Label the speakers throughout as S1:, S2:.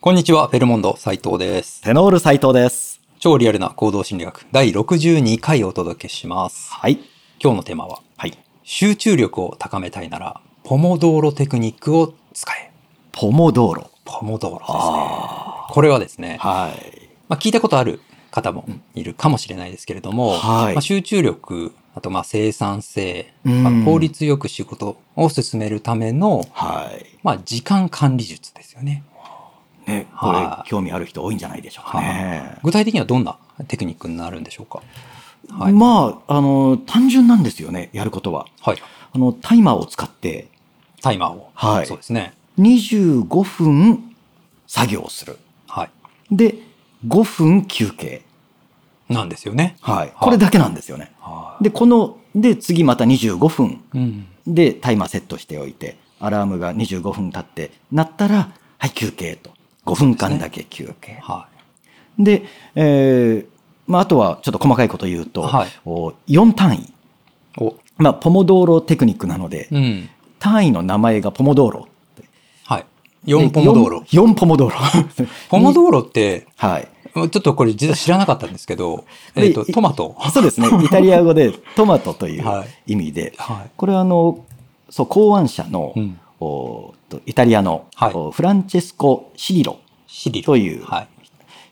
S1: こんにちは、フェルモンド斉藤です。
S2: テノール斉藤です。
S1: 超リアルな行動心理学第62回をお届けします。
S2: はい。
S1: 今日のテーマは、
S2: はい。
S1: 集中力を高めたいなら、ポモドーロテクニックを使え。
S2: ポモ道路。
S1: ポモドーロですね。
S2: あ
S1: これはですね
S2: あ。、はい。
S1: まあ、聞いたことある方もいるかもしれないですけれども、
S2: はい
S1: まあ、集中力、あとまあ生産性、
S2: うん
S1: まあ、効率よく仕事を進めるための、
S2: はい。
S1: まあ、時間管理術ですよね。
S2: ね、こ
S1: は
S2: れ
S1: い
S2: 興味ある人多いんじゃないでしょうかね。
S1: 具体的にはどんなテクニックになるんでしょうか。はい
S2: まあ、あの、単純なんですよね、やることは。
S1: はい。
S2: あの、タイマーを使って、
S1: タイマーを。
S2: はい
S1: そうですね。
S2: 25分作業をする。
S1: はい。
S2: で、5分休憩。
S1: なんですよね。
S2: はい。これだけなんですよね。
S1: は
S2: で、この、で、次また25分
S1: い。うん。
S2: でタイマーセットしておいてアラームが25分経って鳴ったらはい休憩と5分間だけ休憩
S1: は
S2: で,、えーまあ、あとはちょっと細かいこと言うと、
S1: はい
S2: お4単位、
S1: い。お。
S2: まあ、ポモドーロテクニックなので、
S1: うん。
S2: 単位の名前がポモドーロ
S1: はい。4ポモ道路。
S2: 4ポモドーロ
S1: ポモ道路って、
S2: はい
S1: ちょっとこれ実は知らなかったんですけど、
S2: で
S1: えっと、
S2: い
S1: トマト。
S2: そうですねイタリア語でトマトという
S1: は
S2: 意味で、
S1: はい。
S2: これはあのそう考案者の、
S1: うん。
S2: おとイタリアの、
S1: はい
S2: おフランチェスコ・シリロ
S1: シリロ。
S2: という
S1: はい。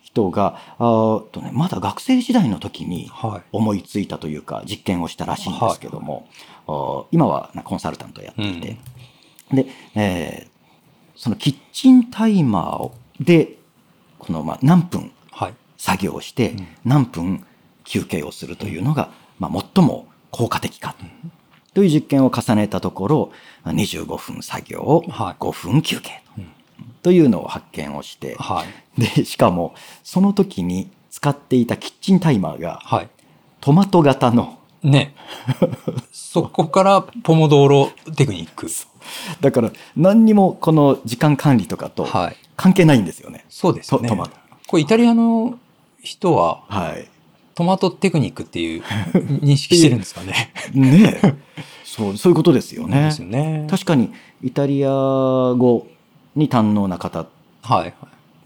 S2: 人があーっと、ね、まだ学生時代の時に
S1: は
S2: 思いついたというか実験をしたらしいんですけども、あー今はなコンサルタントをやっていて、で、えーそのキッチンタイマーをでこのまあ何分
S1: い。はい。
S2: 作業をして
S1: うん
S2: 何分休憩をするというのが、まあ、最も効果的かという実験を重ねたところ25分作業を
S1: はい
S2: 5分休憩
S1: う
S2: と,、
S1: ん
S2: いうのを発見をして、
S1: はい。
S2: でしかもその時に使っていたキッチンタイマーが
S1: はい。
S2: トマト型の
S1: ね。そこからポモ道路テクニック。
S2: だから何にもこの時間管理とかと
S1: はい。
S2: 関係ないんですよね。
S1: そうですよ
S2: ト
S1: ね
S2: トマト。
S1: これイタリアの人は
S2: はい、
S1: トマトテクニックっていう認識してるんですかね。
S2: ねえそうそういうことですよ
S1: で
S2: ね
S1: す。よね。
S2: 確かにイタリア語に堪能な方
S1: はい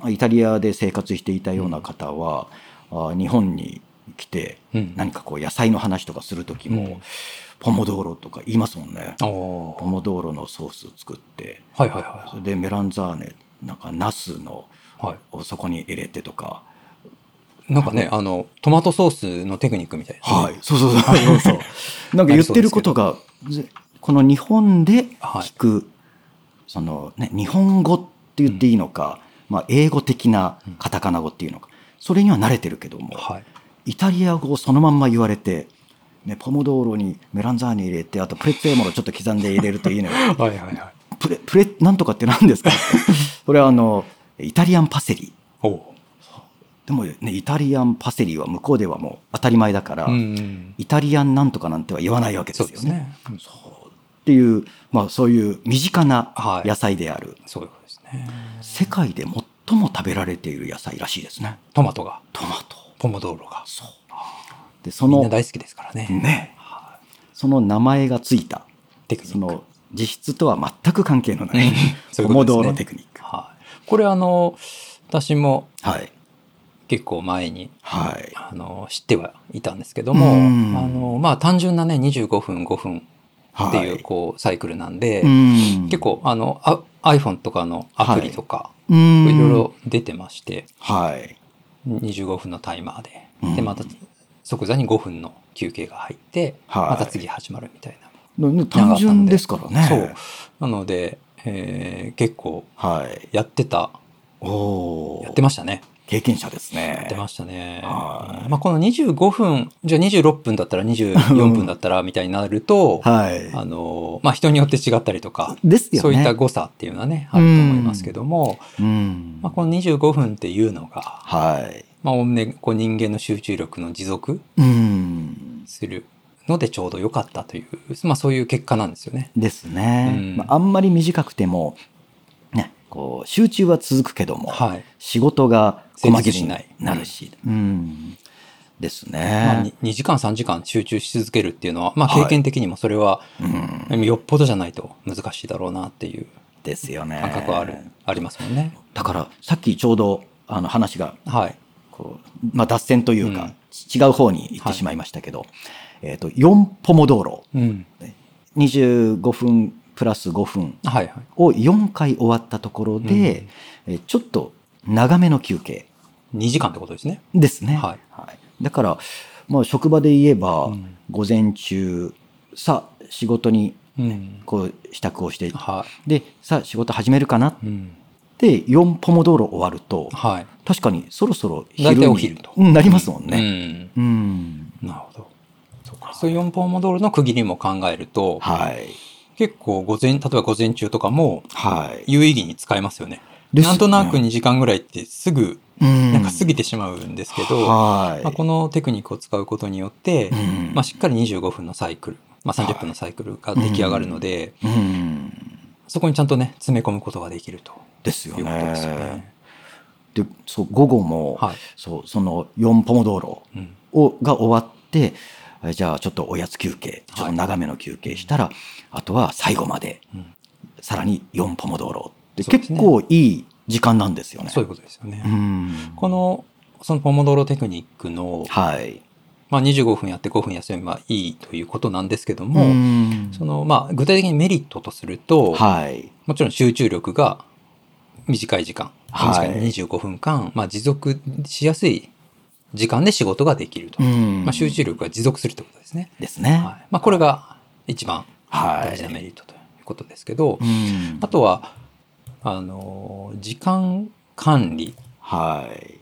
S1: はい。
S2: イタリアで生活していたような方は、あ日本に来て
S1: うん
S2: 何かこう野菜の話とかする時も、
S1: うん
S2: ポモドーロとか言いますもんね。
S1: お
S2: ポモドーロのソース作って
S1: はいはいは
S2: それでメランザーネなんかナスの
S1: い。は
S2: をそこに入れてとか
S1: い。なんかね、あの、トマトソースのテクニックみたいな。
S2: はいそうそうそうそうそう なんか言ってることがぜこの日本で聞く、そのね日本語って言っていいのか、まあ、英語的なカタカナ語っていうのかそれには慣れてるけども、
S1: はい。
S2: イタリア語をそのまんま言われて、ね、ポモドーロにメランザーニ入れてあとプレッツェーモロちょっと刻んで入れるといいのよ
S1: はいはいはい。
S2: プレプレなんとかって何ですか それはあのイタリアンパセリ
S1: おう。
S2: でもねイタリアンパセリは向こうではもう当たり前だから、
S1: うん。
S2: イタリアンなんとかなんては言わないわけです
S1: そ
S2: よ
S1: う
S2: ね。
S1: ですね。うん
S2: っていう、まあ、そういう身近な
S1: はい
S2: 野菜である、
S1: そういうことですね。
S2: 世界で最も食べられている野菜らしいですね
S1: トマトが、
S2: トマト
S1: ポモドーロが。
S2: そうでそ
S1: みんな
S2: の
S1: 大好きですからね。
S2: ねその名前がついた
S1: テクニ
S2: そ
S1: ック。
S2: の実質とは全く関係のない
S1: そうい
S2: ポ
S1: うこ
S2: モ
S1: と
S2: ド
S1: ですね
S2: ーロテクニック
S1: はい。これあの、私も
S2: はい
S1: 結構前に、
S2: はい
S1: あの、知ってはいたんですけども、
S2: うん
S1: あの、まあ単純なね、25分、5分
S2: は
S1: っていう、こう、サイクルなんで、
S2: うん
S1: 結構、あの、あ iPhone とかのアプリとか、
S2: うん
S1: いろいろ出てまして、
S2: はい
S1: 25分のタイマーで、
S2: うん
S1: で、また即座に5分の休憩が入って、
S2: はい
S1: また次始まるみたい
S2: ね単純ですから
S1: な。
S2: ね
S1: そう。なので、えー結構
S2: はい
S1: やってた、
S2: おお
S1: やってましたね。
S2: 経験者ですね
S1: やってましたね。
S2: はい
S1: まあ、この25分、じゃあ26分だったら24分だったらみたいになると、
S2: は
S1: あの、まあ、人によって違ったりとか、
S2: いですよね
S1: そういった誤差っていうのはね、あると思いますけども、
S2: うん
S1: まあ、この25分っていうのが、
S2: はい
S1: まあ、おおむねこう人間の集中力の持続
S2: うん
S1: するのでちょうど良かったという、まあ、そういう結果なんですよね。
S2: ですね、
S1: うん
S2: まあ、あんまり短くても、ね、こう集中は続くけども、
S1: はい。
S2: 仕事が細
S1: 成立
S2: 切れに
S1: しない
S2: なるし、うん、です
S1: まあ、
S2: ね、
S1: に2時間3時間集中し続けるっていうのは、まあ、
S2: はい
S1: 経験的にもそれは
S2: うん、
S1: よっぽどじゃないと難しいだろうなっていう
S2: ですよね。
S1: 感覚はある、ありますもんね。
S2: だからさっきちょうどあの話が
S1: はい。
S2: こう、まあ、脱線というか、
S1: うん
S2: 違う方に行ってしまいましたけど、えっ、と4ポモドーロ
S1: うん。
S2: 25分プラス5分
S1: はいはい。
S2: を4回終わったところで、えーちょっと長めの休憩
S1: 2時間ってことですね。
S2: ですね。
S1: はい
S2: だから、まあ、職場で言えば、
S1: うん
S2: 午前中さあ仕事に
S1: うん。
S2: こう支度をして、
S1: は
S2: でさあ仕事始めるかなっ
S1: い。うん。
S2: て4ポモドーロ終わると
S1: はい。
S2: 確かにそろそろ
S1: 大体
S2: 昼に
S1: お昼と
S2: うんなりますもんね。うん
S1: うん。なるほど。そうか。そういう4ポーモドールの区切りも考えると、
S2: はい
S1: 結構午前、例えば午前中とかも
S2: はい。
S1: 有意義に使えますよね。
S2: です
S1: なんとなく
S2: ね
S1: 2時間ぐらいってすぐ、
S2: うん
S1: なんか過ぎてしまうんですけど、
S2: はい
S1: まあ、このテクニックを使うことによって、
S2: うん
S1: まあ、しっかり25分のサイクル、まあ、30分のサイクルが出来上がるので、
S2: うん
S1: そこにちゃんとね、詰め込むことができると
S2: ですよ
S1: いうことですよ
S2: ね。
S1: ね。
S2: でそう午後も、
S1: はい。
S2: そうその4ポモドーロ
S1: うん。
S2: をが終わってえじゃあちょっとおやつ休憩
S1: い
S2: ちょっと長めの休憩したら、あとは最後まで
S1: うん
S2: さらに4ポモドーロって、
S1: そうです
S2: 結
S1: ね
S2: 構いい時間なんですよね。
S1: そういうことですよね。
S2: うん
S1: この、そのポモドーロテクニックの、
S2: はい、
S1: まあ、25分やって5分休めばいいということなんですけども、
S2: ん
S1: そのまあ、具体的にメリットとすると、
S2: はい
S1: もちろん集中力が短い時間、
S2: はい
S1: 短い25分間、まあ、持続しやすい時間で仕事ができると。
S2: うん
S1: まあ、集中力が持続するということですね。
S2: ですね。
S1: はいまあ、これが一番
S2: はい
S1: 大事なメリットということですけど、
S2: うん
S1: あとは、あのー時間管理。
S2: はい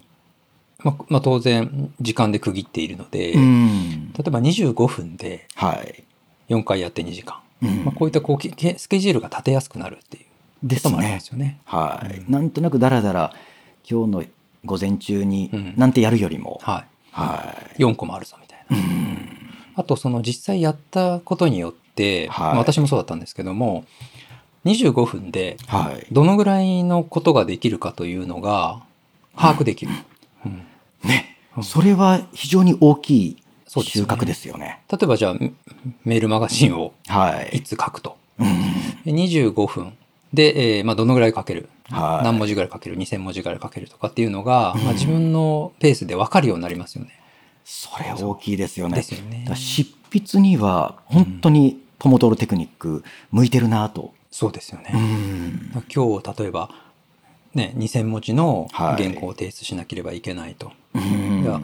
S1: まあ、まあ当然、時間で区切っているので、
S2: うん
S1: 例えば25分で
S2: はい
S1: 4回やって2時間。
S2: うん
S1: まあ、こういったこうけけスケジュールが立てやすくなるっていう
S2: で
S1: こと
S2: す
S1: もありま
S2: ね
S1: す。よね。
S2: はい、
S1: うん
S2: なんとなくだらだら今日の午前中に
S1: うん
S2: なんてやるよりも、
S1: は
S2: はい
S1: い。4個もあるぞみたいな。あと、その実際やったことによって、
S2: はい
S1: まあ私もそうだったんですけども、25分で
S2: はい
S1: どのぐらいのことができるかというのが把握できる。うん
S2: ねそれは非常に大きい
S1: そうです
S2: 収
S1: よね
S2: 穫ですよね。
S1: 例えばじゃあメメールマガジンを
S2: はいい、
S1: つ書くと。
S2: うん
S1: で25分で、えーまあ、どのぐらい書ける、
S2: はい
S1: 何文字ぐらい書ける2,000文字ぐらい書けるとかっていうのが、まあ、自分のペースで分かるようになりますよね。
S2: それ大きいですよね。
S1: ですよね
S2: だから執筆には本当にポモドーロテクニック向いてるなと。
S1: そうですよね。
S2: うん
S1: だから今日例えば、ね、2,000文字の
S2: は
S1: 原
S2: い
S1: 稿を提出しなければいけないと。
S2: うん
S1: いや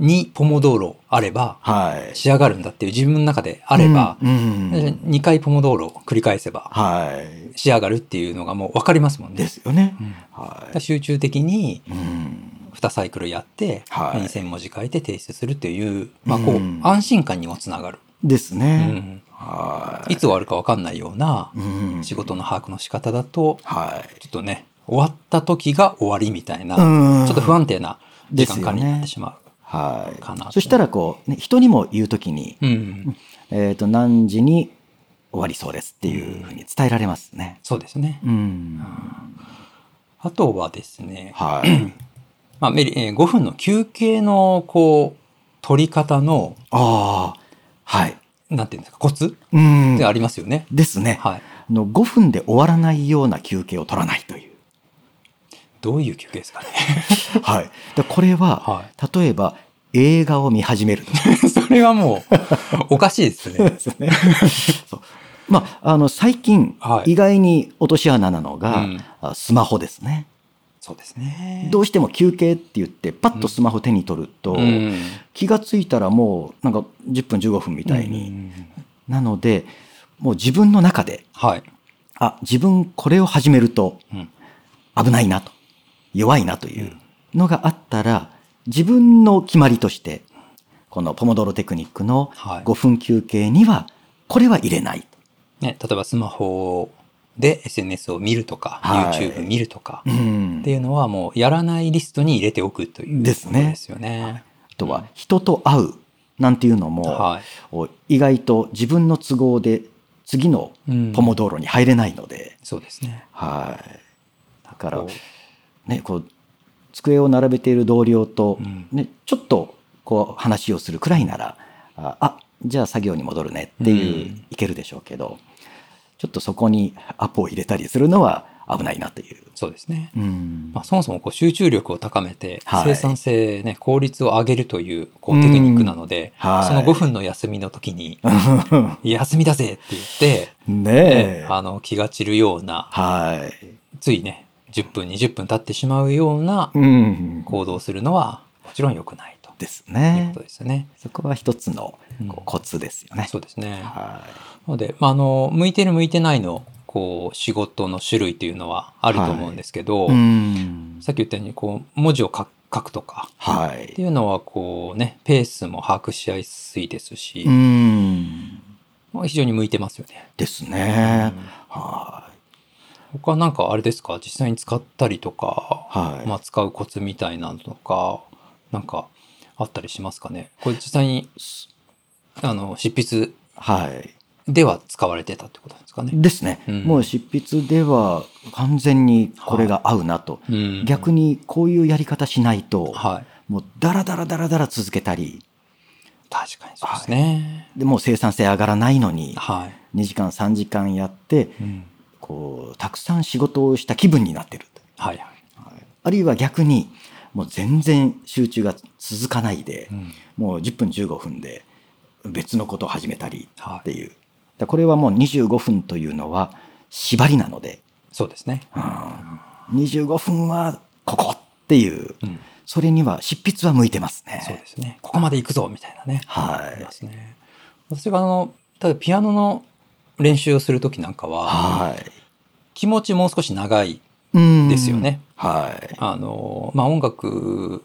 S1: 2ポモドーロあれば
S2: はい。
S1: 仕上がるんだっていう自分の中であれば、
S2: うんうん
S1: 2回ポモドーロを繰り返せば
S2: はい。
S1: 仕上がるっていうのがもう分かりますもんね。
S2: ですよね。
S1: うん
S2: は
S1: だから
S2: い。
S1: 集中的に
S2: うん
S1: 2サイクルやって、
S2: はい
S1: 2000文字書いて提出するという、まあこう
S2: うん
S1: 安心感にもつながる、
S2: です
S1: う
S2: ね。
S1: ん、
S2: はい。
S1: つ終わるか分かんないようない
S2: うん
S1: 仕事の把握の仕方だと
S2: はい。
S1: ちょっとね終わった時が終わりみたいな、
S2: うん
S1: ちょっと不安定な時
S2: です
S1: 間
S2: よ
S1: 管
S2: ね
S1: 理になってしま
S2: はい。
S1: かなと
S2: そしたら、こう、ね、人にも言うときに、
S1: う、うん、
S2: えっ、と、何時に終わりそうですっていうふうに伝えられますね。
S1: そうですね
S2: うん。
S1: あとはですね、
S2: はい。
S1: まあメリえー5分の休憩のこう取り方の
S2: ああ、はい。
S1: なんていうんですかコツっ
S2: うん
S1: て。ありますよね、
S2: ですね。
S1: はい
S2: あの5分で終わらないような休憩を取らない という。
S1: どういう休憩ですかね
S2: はい。でこれは、
S1: は
S2: 例えば映画を見始めるとか
S1: それはもう おかしいですね
S2: です ね。そうまあ、あの、最近、
S1: はい
S2: 意外に落とし穴なのが、
S1: うん
S2: あスマホですね。
S1: そうですね。
S2: どうしても休憩って言って、パッとスマホ手に取ると、
S1: うん
S2: 気がついたらもうなんか10分15分みたいに、
S1: うん
S2: なのでもう自分の中で
S1: はい。
S2: あ自分これを始めると
S1: うん
S2: 危ないなと弱いなというのがあったら自分の決まりとしてこのポモドーロテクニックの
S1: はい
S2: 5分休憩にはこれは入れない、
S1: ね、例えばスマホで SNS を見るとか、
S2: はい
S1: YouTube 見るとか、
S2: うん
S1: っていうのはもうやらないリストに入れておくという
S2: ですね
S1: ことですよね。
S2: あとは人と会うなんていうのも
S1: はい。
S2: 意外と自分の都合で次の
S1: うん
S2: ポモドーロに入れないので、
S1: そうですね。
S2: はいだから
S1: こう
S2: ね、こう机を並べている同僚と、
S1: うん
S2: ね、ちょっとこう話をするくらいならああじゃあ作業に戻るねっていう、
S1: うん
S2: いけるでしょうけどちちょっとそこにアポを入れたりするのは危ないなという。
S1: そうですね。
S2: うん
S1: まあ、そもそもこう集中力を高めて
S2: はい
S1: 生産性、ね効率を上げるというこうテクニックなので、
S2: はい
S1: その5分の休みの時に「休みだぜ!」って言って、
S2: ねえ。
S1: あの気が散るような
S2: はい。
S1: ついね10分20分経ってしまうような
S2: うん。
S1: 行動をするのはもちろん良くないと
S2: です
S1: いう
S2: ね
S1: こと。ですよね。
S2: そこは一つの
S1: うん
S2: こうコツですよね。
S1: そうですね。
S2: は
S1: なので、まあ、あの向いてる向いてないのこう仕事の種類というのはあると思うんですけど、
S2: い。うん。
S1: さっき言ったようにこう文字を書く書くとか
S2: は
S1: って
S2: い。
S1: いうのはこうねペースも把握しやすいですし
S2: う、ん。
S1: まあ非常に向いてますよね。
S2: ですね
S1: うん。
S2: は
S1: 他なんかあれですか実際に使ったりとか、
S2: い。はい。
S1: まあ、使うコツみたいなのとかなんかあったりしますかねこれ実際にあの執筆
S2: はい。
S1: では使われてたってことですかね。
S2: ですね、
S1: うん
S2: もう執筆では完全にこれが合うなと、
S1: うん
S2: 逆にこういうやり方しないと、
S1: はい
S2: もうダラダラダラダラ続けたり
S1: 確かにそうですね。
S2: でもう生産性上がらないのに
S1: はい、
S2: 2時間3時間やって
S1: うん
S2: こうたくさん仕事をした気分になってると、
S1: はいはい
S2: はいあるいは逆にもう全然集中が続かないで、
S1: うん
S2: もう10分15分で別のことを始めたり
S1: は
S2: って
S1: い、
S2: いう、だこれはもう25分というのは縛りなので。
S1: そうですね。
S2: うん25分はここっていう、
S1: うん、
S2: それには執筆は向いてますね。
S1: そうですね。ここまで行くぞみたいなね。
S2: は
S1: あり
S2: い
S1: ま。すね。私があの、ただピアノの練習をするときなんかは、
S2: はい。
S1: 気持ちもう少し長い
S2: うん
S1: ですよ。ね。
S2: はい。
S1: あの、まあ、音楽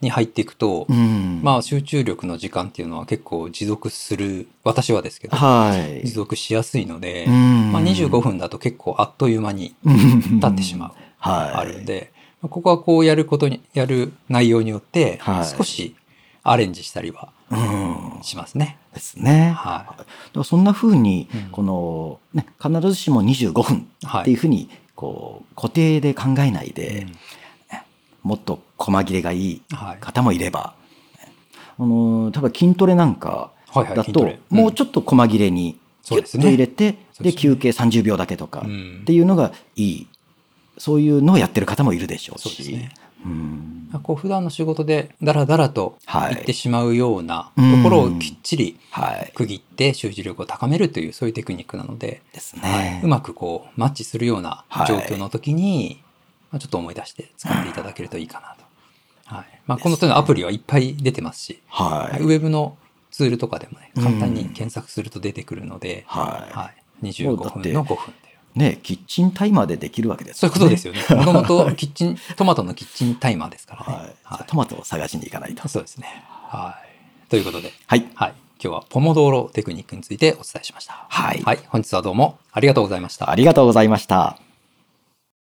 S1: に入っていくと、
S2: うん。
S1: まあ、集中力の時間っていうのは結構持続する、私はですけど、
S2: はい。
S1: 持続しやすいので、
S2: うん
S1: まあ、25分だと結構あっという間に
S2: 分
S1: 経ってしまう。
S2: はい。
S1: あるんで、ここはこうやることに、やる内容によって
S2: はい、
S1: 少しアレンジしたりは
S2: うん。
S1: しますね。
S2: ですね。
S1: は
S2: だからそんな風に
S1: うん、
S2: この、ね、必ずしも25分
S1: い。は
S2: っていう
S1: い。
S2: ふうに、こう、固定で考えないうで、
S1: ん
S2: もっと細切れがいい
S1: はい。
S2: 方もいれば、あの、多分筋トレなんか、
S1: はいはい、
S2: だ
S1: 筋ト
S2: と
S1: レ、
S2: もうちょっと細切れにキ
S1: そう
S2: ュ
S1: で
S2: ッ
S1: す
S2: と
S1: ね
S2: 入れて、
S1: そうで
S2: で
S1: すね
S2: 休憩30秒だけとか
S1: うん、
S2: っ
S1: う
S2: て
S1: ん
S2: いうのがいいそういうのをやってる方もいるでしょう
S1: そうです
S2: し
S1: ね。
S2: うん
S1: こう普段の仕事でダラダラと
S2: は
S1: 行って
S2: い
S1: しまうようなと
S2: うん
S1: ころをきっちり
S2: はい
S1: 区切って集中力を高めるというそういうテクニックなので、
S2: です
S1: はい
S2: ね
S1: うまくこうマッチするような
S2: はい
S1: 状況の時に、まあちょっと思い出して使っていただけるといいかなと。はい。まあこの手のアプリはいっぱい出てますし、
S2: はい
S1: ウェブのツールとかでもね、
S2: うん
S1: 簡単に検索すると出てくるので、
S2: は
S1: はい、25分の5分で。
S2: いねキッチンタイマーでできるわけです
S1: そういうことです
S2: よ
S1: よね。もともとキッチン、トマトのキッチンタイマーですからね。
S2: はい
S1: は
S2: トマトを探しに行かないと
S1: い、そうですね。はい。ということで、
S2: はい
S1: はい、今日はポモドーロテクニックについてお伝えしました。
S2: はい
S1: はい、本日はどうもありがとうございました
S2: あ。りがとうございました